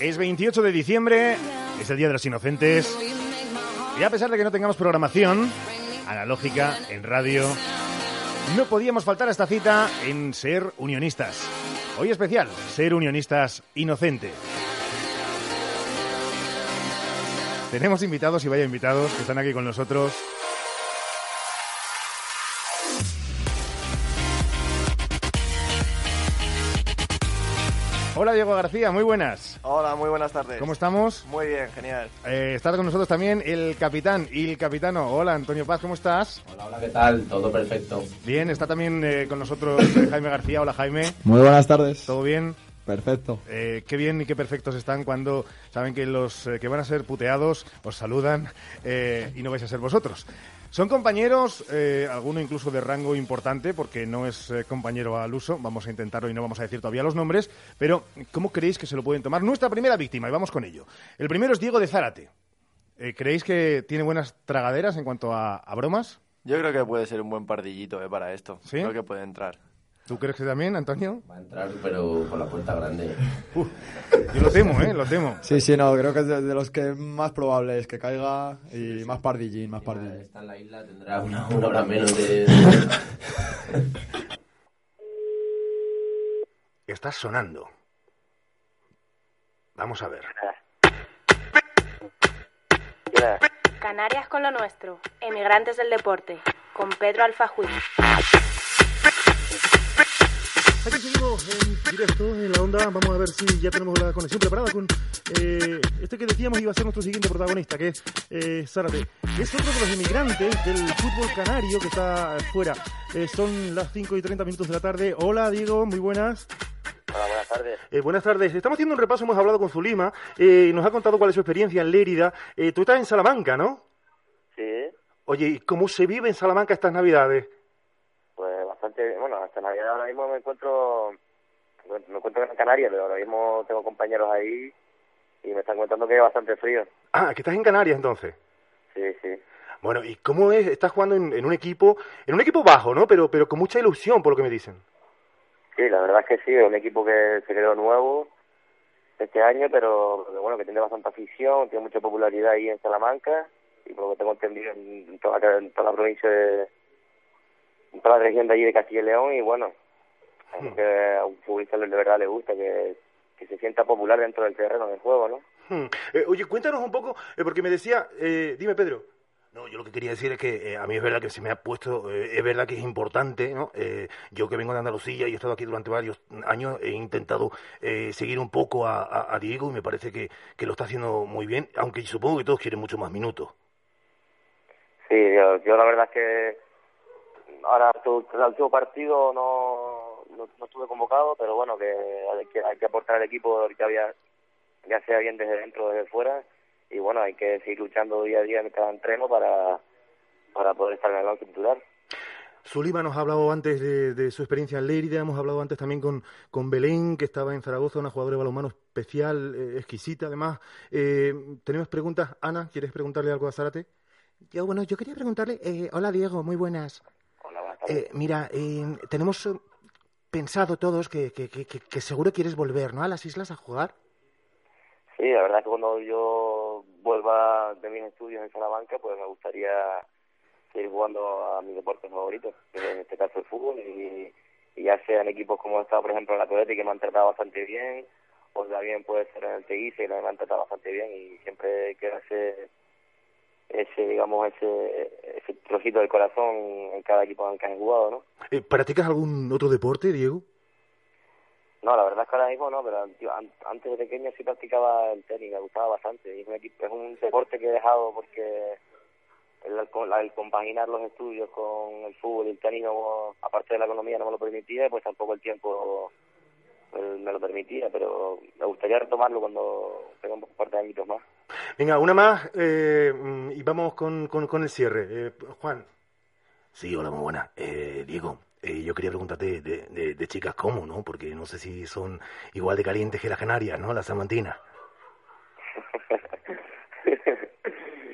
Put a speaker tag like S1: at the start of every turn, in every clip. S1: Es 28 de diciembre, es el Día de los Inocentes. Y a pesar de que no tengamos programación analógica en radio, no podíamos faltar a esta cita en Ser Unionistas. Hoy especial, Ser Unionistas Inocente. Tenemos invitados y vaya invitados que están aquí con nosotros. Hola Diego García, muy buenas.
S2: Hola, muy buenas tardes.
S1: ¿Cómo estamos?
S2: Muy bien, genial.
S1: Eh, está con nosotros también el capitán y el capitano. Hola Antonio Paz, ¿cómo estás?
S3: Hola, hola, ¿qué tal? Todo perfecto.
S1: Bien, está también eh, con nosotros eh, Jaime García. Hola Jaime,
S4: Muy buenas tardes.
S1: ¿todo bien?
S4: Perfecto.
S1: Eh, qué bien y qué perfectos están cuando saben que los eh, que van a ser puteados os saludan eh, y no vais a ser vosotros. Son compañeros, eh, alguno incluso de rango importante, porque no es eh, compañero al uso, vamos a intentarlo y no vamos a decir todavía los nombres, pero ¿cómo creéis que se lo pueden tomar? Nuestra primera víctima, y vamos con ello. El primero es Diego de Zárate. Eh, ¿Creéis que tiene buenas tragaderas en cuanto a, a bromas?
S2: Yo creo que puede ser un buen pardillito eh, para esto.
S1: ¿Sí?
S2: Creo que puede entrar.
S1: ¿Tú crees que también, Antonio?
S3: Va a entrar, pero por la puerta grande.
S1: Uf, yo lo temo, ¿eh? Lo temo.
S4: Sí, sí, no, creo que es de, de los que más probable es que caiga y más pardillín, más pardillín.
S3: Está en la isla, tendrá una, una hora menos de...
S1: Estás sonando. Vamos a ver.
S5: Canarias con lo nuestro, emigrantes del deporte, con Pedro Alfajuí.
S6: Aquí seguimos en directo en la onda. Vamos a ver si ya tenemos la conexión preparada con eh, este que decíamos iba a ser nuestro siguiente protagonista, que es eh, Zárate. Es otro de los inmigrantes del fútbol canario que está fuera. Eh, son las 5 y 30 minutos de la tarde. Hola, Diego, muy buenas.
S7: Hola, buenas tardes.
S6: Eh, buenas tardes. Estamos haciendo un repaso. Hemos hablado con Zulima eh, y nos ha contado cuál es su experiencia en Lérida. Eh, tú estás en Salamanca, ¿no?
S7: Sí,
S6: Oye, ¿y cómo se vive en Salamanca estas Navidades?
S7: pues bastante bien. Bueno, hasta Navidad ahora mismo me encuentro me encuentro en Gran Canaria, pero ahora mismo tengo compañeros ahí y me están contando que es bastante frío.
S6: Ah, que estás en Canarias entonces.
S7: Sí, sí.
S6: Bueno, ¿y cómo es? Estás jugando en, en un equipo, en un equipo bajo, ¿no? Pero, pero con mucha ilusión, por lo que me dicen.
S7: Sí, la verdad es que sí, es un equipo que se creó nuevo este año, pero que bueno, que tiene bastante afición, tiene mucha popularidad ahí en Salamanca y por lo que tengo entendido en toda, la- en toda la provincia de en toda la región de allí de Castilla y León y bueno, es que a un futbolista de verdad le gusta que, que se sienta popular dentro del terreno del juego, ¿no?
S6: Hmm. Eh, oye, cuéntanos un poco, eh, porque me decía, eh, dime Pedro. No, yo lo que quería decir es que eh, a mí es verdad que se me ha puesto, eh, es verdad que es importante, ¿no? Eh, yo que vengo de Andalucía y he estado aquí durante varios años, he intentado eh, seguir un poco a, a- a Diego y me parece que, que lo está haciendo muy bien, aunque supongo que todos quieren mucho más minutos.
S7: Sí, yo, yo la verdad es que ahora tu, el último partido no, no, no estuve convocado, pero bueno, que hay que, hay que aportar al equipo ahorita ya, ya sea bien desde dentro o desde fuera. Y bueno, hay que seguir luchando día a día en cada entreno para, para poder estar en el banco titular.
S6: Zulima nos ha hablado antes de, de su experiencia en Lérida, hemos hablado antes también con, con Belén, que estaba en Zaragoza, una jugadora de balonmano especial, eh, exquisita además. Eh, tenemos preguntas. Ana, ¿quieres preguntarle algo a Zárate?
S8: Yo, bueno, yo quería preguntarle, eh, hola Diego, muy buenas.
S7: Hola, buenas tardes.
S8: Eh, mira, eh, tenemos eh, pensado todos que, que- que- que- que seguro quieres volver, ¿no? A las islas a jugar.
S7: Sí, la verdad es que cuando yo vuelva de mis estudios en Salamanca, pues me gustaría seguir jugando a mi deporte favorito, que es en este caso el fútbol, y, y ya sea en equipos como ha estado, por ejemplo, en la Atleti, que me han tratado bastante bien, o también puede ser en el Teguise, que me han tratado bastante bien, y siempre queda ese, ese digamos, ese, ese trocito del corazón en cada equipo en el que han jugado, ¿no?
S6: Eh, ¿Practicas algún otro deporte, Diego?
S7: No, la verdad es que ahora mismo no, pero anti- an- antes de pequeño sí practicaba el tenis, me gustaba bastante. Y es, un equipo- es un deporte que he dejado porque el, al- al compaginar los estudios con el fútbol y el tenis, no- aparte de la economía, no me lo permitía, pues tampoco el tiempo eh, me lo permitía, pero me gustaría retomarlo cuando tenga un par de añitos más.
S6: Venga, una más eh, mm, y vamos con, con, con el cierre. Eh, Juan. Sí, hola, muy buena. Eh, Diego, yo quería preguntarte de, chicas cómo, ¿no? Porque no sé si son igual de calientes que las canarias, ¿no? Las samantinas.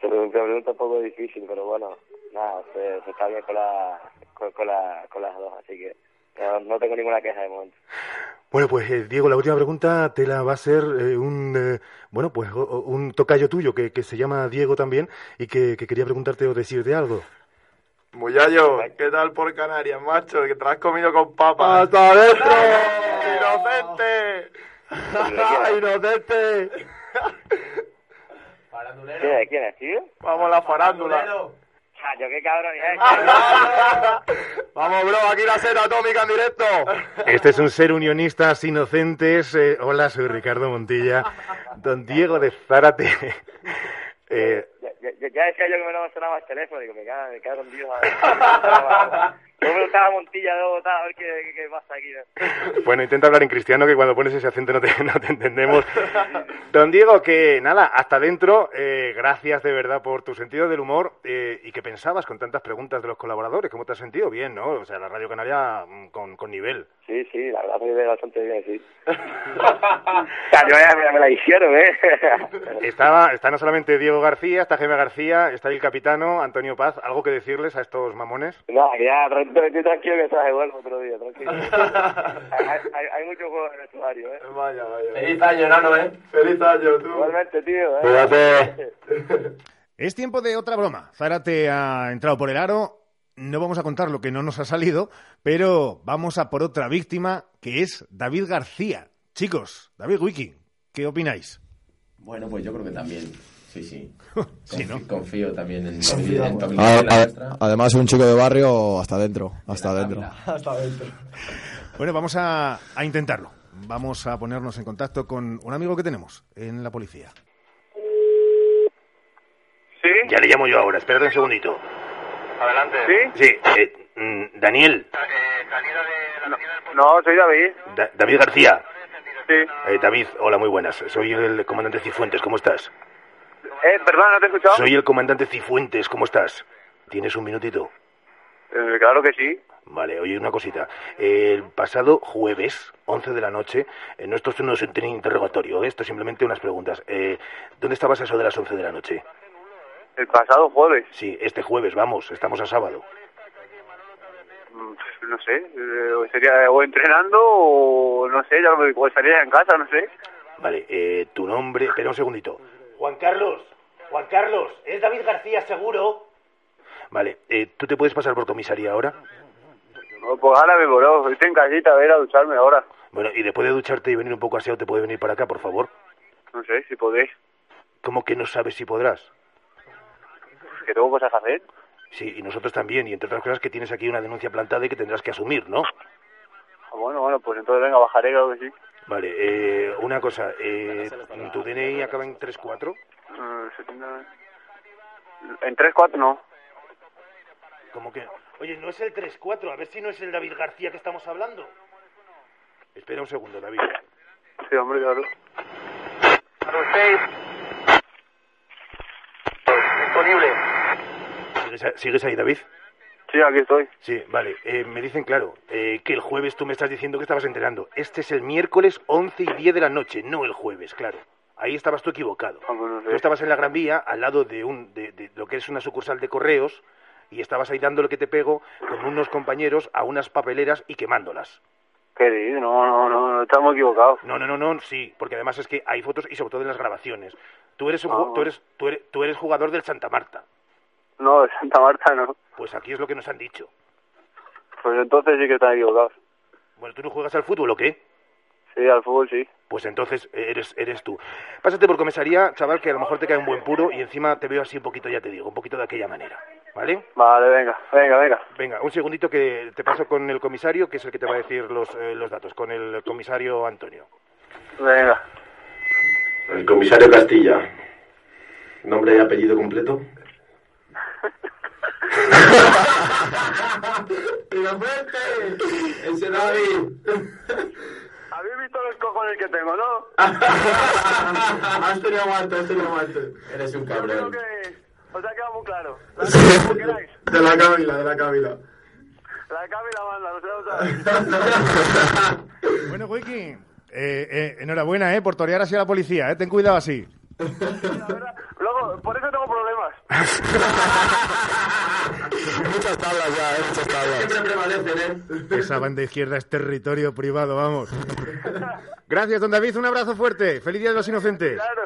S7: Pero una pregunta un poco difícil, pero bueno, nada, se, se está bien con, la, con, con la, con las dos, así que no, no tengo ninguna queja de momento.
S6: Bueno, pues eh, Diego, la última pregunta te la va a hacer eh, un, eh, bueno, pues o- o- un tocayo tuyo que, que se llama Diego también y que, que quería preguntarte o decirte algo.
S2: Muyayo, ¿qué tal por Canarias, macho? Que te la has comido con papas. ¡Inocente!
S6: ¡Inocente!
S3: Farandulero.
S7: ¿Quién es? ¿Quién es, tío?
S2: Vamos a la farándula.
S3: Farandulero.
S7: Ah, yo qué cabrón es.
S2: Vamos, bro, aquí la cena atómica en directo.
S6: Este es un ser unionistas inocentes. eh, hola, soy Ricardo Montilla. Don Diego de Zárate. Eh,
S7: Ya, ya, ya- ya decía yo que me lo sonaba el teléfono, digo, me cago, me cago en Dios. a ver. Yo me preguntaba a Montilla, luego tal, a ver qué, qué, qué pasa aquí. ¿no?
S6: bueno, intenta hablar en cristiano, que cuando pones ese acento no te, no te entendemos. Don Diego, que nada, hasta dentro. eh, gracias de verdad por tu sentido del humor. eh, ¿Y qué pensabas con tantas preguntas de los colaboradores? ¿Cómo te has sentido? Bien, ¿no? O sea, la Radio Canaria mm, con, con nivel.
S7: Sí, sí, la verdad me ve bastante bien, sí. O sea, yo ya me, me la hicieron, ¿eh?
S6: Estaba, está no solamente Diego García, está Gemma García, está el capitano, Antonio Paz. ¿Algo que decirles a estos mamones?
S7: Nada, que ya, tra- tra- estoy tranquilo que se vuelvo otro día, tranquilo. hay, hay, hay muchos juegos en el vestuario, ¿eh?
S2: Vaya, vaya.
S3: Feliz año, nano, ¿eh?
S2: Feliz año, tú.
S7: Igualmente, tío, ¿eh?
S2: Cuídate.
S1: Es tiempo de otra broma. Zárate ha entrado por el aro. No vamos a contar lo que no nos ha salido, pero vamos a por otra víctima, que es David García. Chicos, David Wiki, ¿qué opináis?
S3: Bueno, pues yo creo que también. Sí, sí.
S1: Sí, ¿no?
S3: Confío, confío Ah, también en Tommy. En Tommy
S4: A-
S3: de la
S4: a-
S3: nuestra.
S4: además, un chico de barrio hasta adentro. Hasta
S3: la
S4: adentro.
S3: tabla.
S1: Bueno, vamos a, a intentarlo. Vamos a ponernos en contacto con un amigo que tenemos en la policía.
S7: Sí,
S6: Ya le llamo yo ahora, espérate un segundito.
S2: Adelante.
S6: Sí, eh, mm, Daniel,
S7: no, soy David.
S6: Da- David García.
S7: Sí.
S6: Eh, David, hola, muy buenas. Soy el comandante Cifuentes, ¿cómo estás?
S7: Eh, perdón, ¿no te he escuchado?
S6: Soy el comandante Cifuentes, ¿cómo estás? ¿Tienes un minutito?
S7: Eh, claro que sí.
S6: Vale, oye, una cosita. El pasado jueves, 11 de la noche, eh, no esto no es un interrogatorio, eh, esto es simplemente unas preguntas. Eh, ¿Dónde estabas a eso de las 11 de la noche?
S7: El pasado jueves,
S6: Sí, este jueves, vamos, estamos a sábado.
S7: mm, no sé, eh, sería o entrenando o no sé, ya me- o estaría en casa, no sé.
S6: Vale, eh, tu nombre... Espera un segundito. Juan Carlos, Juan Carlos, es David García, seguro. Vale, eh, ¿tú te puedes pasar por comisaría ahora?
S7: No, Pues ahora me voló, estoy en casita a ver a ducharme ahora.
S6: Bueno, y después de ducharte y venir un poco aseado, ¿te puedes venir para acá, por favor?
S7: No sé si podéis,
S6: ¿Cómo que no sabes si podrás?
S7: que tengo cosas que hacer.
S6: Sí, y nosotros también, y entre otras cosas que tienes aquí una denuncia plantada y que tendrás que asumir, ¿no?
S7: Ah, Bueno, bueno, pues entonces venga, bajaré, claro que sí.
S6: Vale, eh, una cosa, eh, ¿tu DNI acaba en 3-4?
S7: Eh, 70. En 3-4 no.
S6: ¿Cómo que? Oye, no es el 3-4, a ver si no es el David García que estamos hablando. Espera un segundo, David.
S7: Sí, hombre, claro.
S6: ¿Sigues, a- sigues ahí, David?
S7: Sí, aquí estoy.
S6: Sí, vale. eh, me dicen, claro, eh, que el jueves tú me estás diciendo que estabas entrenando. Este es el miércoles 11 y 10 de la noche, no el jueves, claro. Ahí estabas tú equivocado.
S7: Ah, pues no
S6: Tú
S7: sé.
S6: estabas en la Gran Vía, al lado de, un, de, de lo que es una sucursal de correos, y estabas ahí dando lo que te pego con unos compañeros a unas papeleras y quemándolas.
S7: ¿Qué dices? No, no, no, no, estamos equivocados.
S6: No, no, no, no, sí, porque además es que hay fotos y sobre todo en las grabaciones. Tú eres, un
S7: Ah,
S6: ju-
S7: bueno.
S6: tú eres, tú eres, tú eres jugador del Santa Marta.
S7: No, de Santa Marta no.
S6: Pues aquí es lo que nos han dicho.
S7: Pues entonces sí que están equivocados.
S6: Bueno, ¿tú no juegas al fútbol o qué?
S7: Sí, al fútbol sí.
S6: Pues entonces eres, eres tú. Pásate por comisaría, chaval, que a lo mejor te cae un buen puro y encima te veo así un poquito, ya te digo, un poquito de aquella manera. ¿Vale?
S7: Vale, venga, venga, venga.
S6: Venga, un segundito que te paso con el comisario, que es el que te va a decir los, eh, los datos, con el comisario Antonio.
S7: Venga.
S9: El comisario Castilla. Nombre y apellido completo. ¡Inocente! ¡Ese David!
S7: ¿Habéis visto los cojones que tengo, no?
S9: ¡Has tenido aguante, has tenido aguante!
S3: Eres un
S7: Creo
S3: cabrón.
S7: que os ha quedado muy claro. La, como queráis.
S9: De la cámara, de la cámara.
S7: la cama y la banda, nos vemos ahí.
S1: Bueno, Wiki, eh, eh, enhorabuena eh, por torear así a la policía. Eh, ten cuidado así.
S7: La verdad, Luego, por eso tengo problemas.
S9: Muchas tablas ya, ¿eh? Muchas tablas. Siempre prevalecen, ¿eh?
S1: Esa banda izquierda es territorio privado, vamos. Gracias, don David. Un abrazo fuerte. Feliz Día de los Inocentes.
S7: Claro.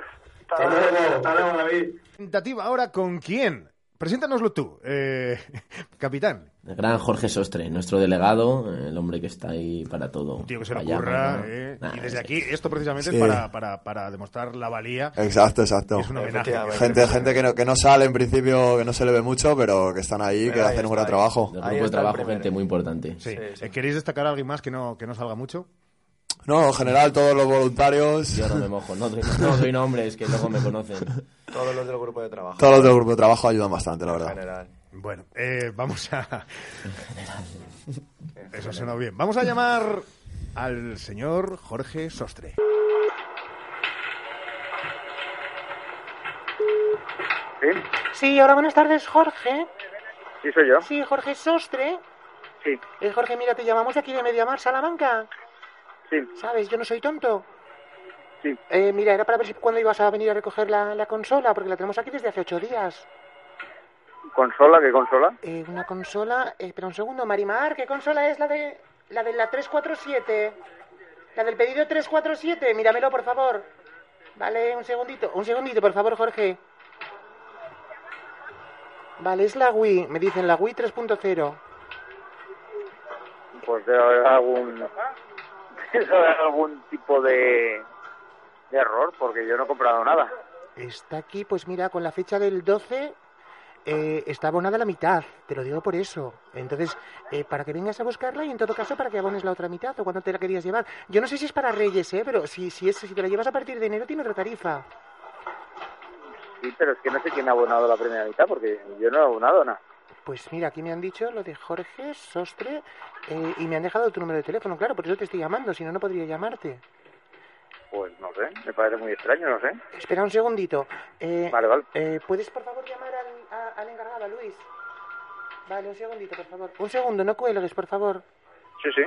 S9: Hasta luego, hasta luego, David.
S1: Tentativa ahora con quién. Preséntanoslo tú, eh, capitán.
S3: El gran Jorge Sostre, nuestro delegado, eh, el hombre que está ahí para todo.
S1: Tío que se lo
S3: Para
S1: ocurra. eh.
S3: llamar, ¿no? Nah,
S1: y desde
S3: es-
S1: aquí, esto precisamente
S4: Sí. Eh,
S1: es para, para, para demostrar la valía.
S4: Exacto, exacto.
S1: Es un homenaje.
S4: Gente, gente que, no, que no sale en principio, que no se le ve mucho, pero que están ahí, que
S10: Pero ahí
S4: hacen un
S10: está,
S4: gran
S10: ahí.
S4: trabajo.
S3: Del
S10: Ahí
S3: grupo de
S10: está el
S3: trabajo,
S10: primero.
S3: gente muy importante.
S1: Sí.
S10: Sí, sí.
S1: Eh, ¿Queréis destacar a alguien más que no, que no salga mucho?
S4: No, en general todos los voluntarios,
S3: Yo no me mojo, no doy, no doy nombres que luego me conocen.
S10: Todos los del grupo de trabajo.
S4: todos los del grupo de trabajo ayudan bastante, la
S10: En
S4: verdad.
S10: general.
S1: Bueno, eh, vamos a. Eso suena bien. Vamos a llamar al señor Jorge Sostre.
S7: ¿Sí?
S8: Sí, ahora buenas tardes, Jorge.
S7: ¿Sí soy yo?
S8: Sí, Jorge Sostre.
S7: Sí,
S8: Eh, Jorge, mira, te llamamos de aquí de Mediamar, Salamanca.
S7: sí,
S8: ¿Sabes? Yo no soy tonto.
S7: sí.
S8: Eh, mira, era para ver si cuándo ibas a venir a recoger la, la consola, porque la tenemos aquí desde hace ocho días.
S7: ¿Consola? ¿Qué consola?
S8: Eh, una consola... eh, espera un segundo, Marimar, ¿qué consola es la de la, de la 347? La del pedido 347, míramelo, por favor. Vale, un segundito, un segundito, por favor, Jorge. Vale, es la Wii, me dicen la Wii 3.0.
S7: Pues debe haber algún... debe haber algún tipo de... de error, porque yo no he comprado nada.
S8: Está aquí, pues mira, con la fecha del 12 eh, está abonada la mitad, te lo digo por eso. Entonces, eh, para que vengas a buscarla y en todo caso para que abones la otra mitad o cuando te la querías llevar. Yo no sé si es para Reyes, ¿eh? pero si, si, es, si te la llevas a partir de enero tiene otra tarifa.
S7: Sí, pero es que no sé quién ha abonado la primera mitad, porque yo no he abonado nada.
S8: Pues mira, aquí me han dicho lo de Jorge Sostre eh, y me han dejado tu número de teléfono, claro, por eso te estoy llamando, si no, no podría llamarte.
S7: Pues no sé, me parece muy extraño, no sé.
S8: Espera un segundito. Eh,
S7: Vale, vale.
S8: Eh, ¿Puedes, por favor, llamar al, a- al encargado, a Luis? Vale, un segundito, por favor. Un segundo, no cuelgues, por favor.
S7: Sí, sí.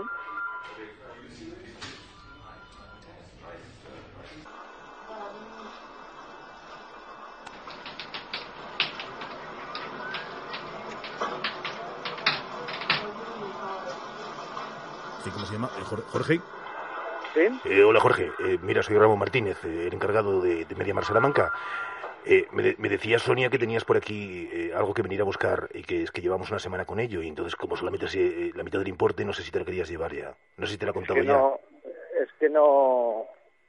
S1: Sí, ¿Cómo se llama? Eh, Jor- Jorge.
S7: ¿Sí?
S6: Eh, hola Jorge, Eh, mira, soy Ramón Martínez, eh, el encargado de, de Mediamar Salamanca. Eh, me, de- me decía Sonia que tenías por aquí eh, algo que venir a buscar y que es que llevamos una semana con ello y entonces como solamente es eh, la mitad del importe no sé si te la querías llevar ya. No sé si te la
S7: Es
S6: contaba
S7: que
S6: ya.
S7: no... Es que no...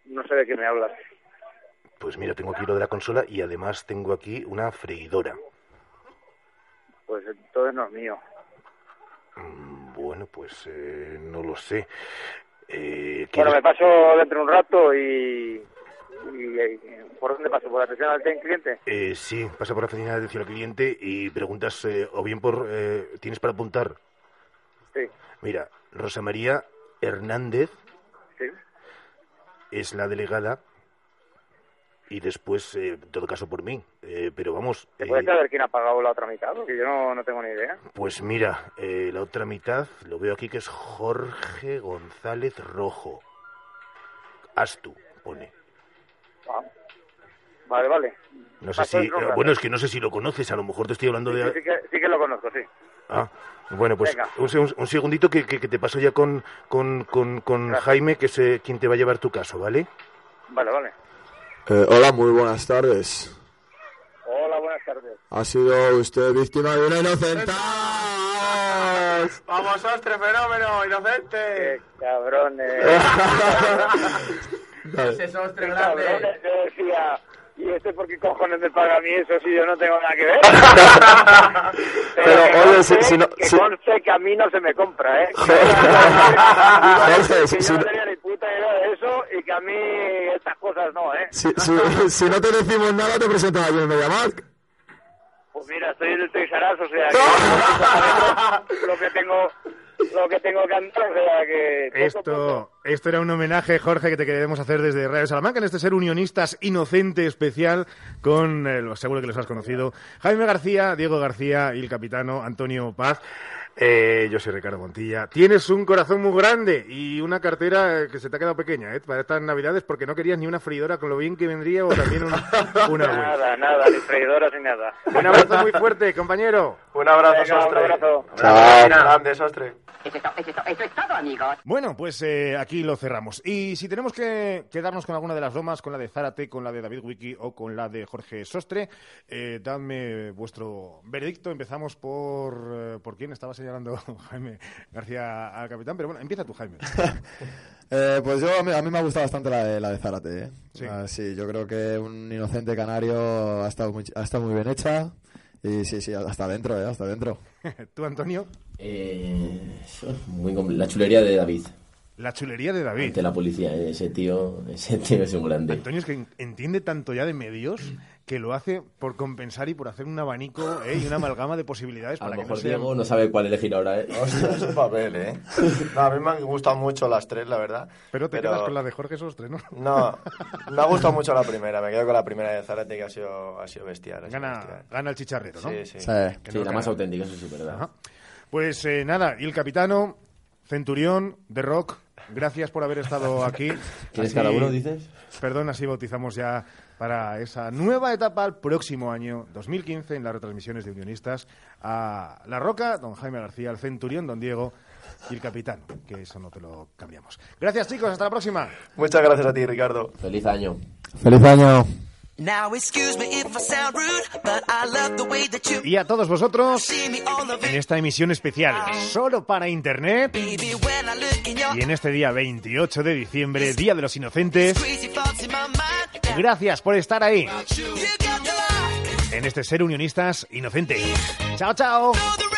S7: No sé de qué me hablas.
S6: Pues mira, tengo aquí lo de la consola y además tengo aquí una freidora.
S7: Pues entonces no es mío.
S6: Mm, Bueno, pues eh, no lo sé. Eh,
S7: Bueno,
S6: ¿quieres-
S7: me paso dentro de un rato y... y- y- ¿Por dónde paso? ¿Por la atención al cliente?
S6: Eh, sí, pasa por la oficina de atención al cliente y preguntas, eh, o bien por, eh, ¿tienes para apuntar?
S7: Sí.
S6: Mira, Rosa María Hernández
S7: Sí.
S6: es la delegada y después, eh, en todo caso, por mí. Eh, pero vamos,
S7: ¿Te
S6: eh,
S7: puedes saber quién ha pagado la otra mitad? Porque yo no, no tengo ni idea.
S6: pues mira, eh, la otra mitad lo veo aquí que es Jorge González Rojo. Astu, pone.
S7: Ah. Vale, vale.
S6: No sé
S7: Pasó
S6: si,
S7: el nombre,
S6: eh, bueno,
S7: Ah, ¿no?
S6: es que no sé si lo conoces, a lo mejor te estoy hablando
S7: Sí,
S6: de...
S7: sí, sí que, sí que lo conozco, sí.
S6: Ah, bueno, pues
S7: Venga.
S6: un, se- un segundito que, que- que te paso ya con, con, con, con
S7: Gracias.
S6: Jaime, que es eh, quien te va a llevar tu caso, ¿vale?
S7: Vale, vale.
S4: Eh, hola, muy buenas tardes.
S7: Hola, buenas tardes.
S4: Ha sido usted víctima de una inocentada.
S9: Vamos, ostre, fenómeno, inocente.
S4: Eh.
S7: Qué Eh, cabrones.
S4: Vale.
S9: Ese ostre
S7: cabrones,
S9: grande.
S7: yo decía... ¿Y este por qué cojones me paga a mí eso si yo no tengo nada que ver?
S4: Pero,
S7: que
S4: oye,
S7: conste-
S4: si- si no-
S7: Que
S4: si-
S7: conste que a mí no se me compra, ¿eh?
S4: Jorge,
S7: que
S4: si-
S7: yo no tenía ni puta idea de eso y que a mí estas cosas no, ¿eh?
S4: Si, si- si no te decimos nada, te presentas aquí en Mediamark.
S7: Pues mira, estoy en el Teixarás, o sea que lo que tengo lo que tengo que andar, o sea que poco a poco.
S1: Esto, Esto era un homenaje, Jorge, que te queremos hacer desde Radio Salamanca en este ser unionistas inocente especial con, eh, lo- seguro que los has conocido, Jaime García, Diego García y el capitano Antonio Paz. Eh, yo soy Ricardo Montilla. Tienes un corazón muy grande y una cartera eh, que se te ha quedado pequeña ¿eh? para estas navidades porque no querías ni una freidora con lo bien que vendría o también un- una Wii.
S7: Nada, nada, ni freidoras ni nada.
S1: Un abrazo muy fuerte, compañero.
S2: Un abrazo,
S7: Venga, un
S2: sastre.
S7: abrazo.
S2: Chao. Grande, sastre.
S11: Esto es todo, amigos.
S1: Bueno, pues eh, aquí lo cerramos. Y si tenemos que quedarnos con alguna de las bromas, con la de Zárate, con la de David Wiki o con la de Jorge Sostre, eh, dadme vuestro veredicto. Empezamos por... eh, ¿Por quién estaba señalando Jaime García al capitán? Pero bueno, empieza tú, Jaime.
S4: Eh, pues yo, a mí, a mí me ha gustado bastante la de, la de Zárate. ¿eh?
S1: Sí.
S4: Ah, sí, yo creo que un inocente canario ha estado muy, ha estado muy bien hecha. Y sí, sí, hasta adentro, ¿eh? hasta adentro.
S1: ¿Tú, Antonio?
S3: Eh, eso es muy compli- la chulería de David.
S1: La chulería de David.
S3: Ante la policía, eh, ese tío, ese tío es un grande.
S1: Antonio es que en- entiende tanto ya de medios que lo hace por compensar y por hacer un abanico ¿eh? y una amalgama de posibilidades
S3: A lo
S1: para que no
S3: mejor
S1: sea...
S3: Diego no sabe cuál elegir ahora, ¿eh?
S10: Hostia, es un papel, ¿eh? No, a mí me han gustado mucho las tres, la verdad.
S1: Pero te quedas con la de Jorge Sostre, ¿no?
S10: No, me ha gustado mucho la primera. Me quedo con la primera de Zárate, que ha sido, ha sido bestial. ha sido
S1: Gana,
S10: bestial.
S1: gana el chicharrero, ¿no?
S10: Sí, sí.
S3: Sí, la más auténtica, eso sí, verdad.
S1: Ajá. Pues eh, nada, y el capitano, Centurión, de Rock, gracias por haber estado aquí.
S3: ¿Quieres cada uno, dices?
S1: Perdón, así bautizamos ya para esa nueva etapa el próximo año, 2015, en las retransmisiones de Unionistas, a La Roca, don Jaime García, el Centurión, don Diego y el capitano, que eso no te lo cambiamos. Gracias, chicos, hasta la próxima.
S10: Muchas gracias a ti, Ricardo.
S3: Feliz año.
S4: ¡Feliz año!
S12: Now excuse me if I sound rude, but I love the way that you
S1: Y a todos vosotros,
S12: see me all of
S1: en
S12: it.
S1: esta emisión especial, solo para Internet,
S12: Baby, when I look in your
S1: y en este día 28 de diciembre, Día de los Inocentes.
S12: crazy thoughts in my mind.
S1: Gracias por estar ahí
S12: You got the light.
S1: en este Ser Unionistas Inocente. Chao, chao.
S12: Know the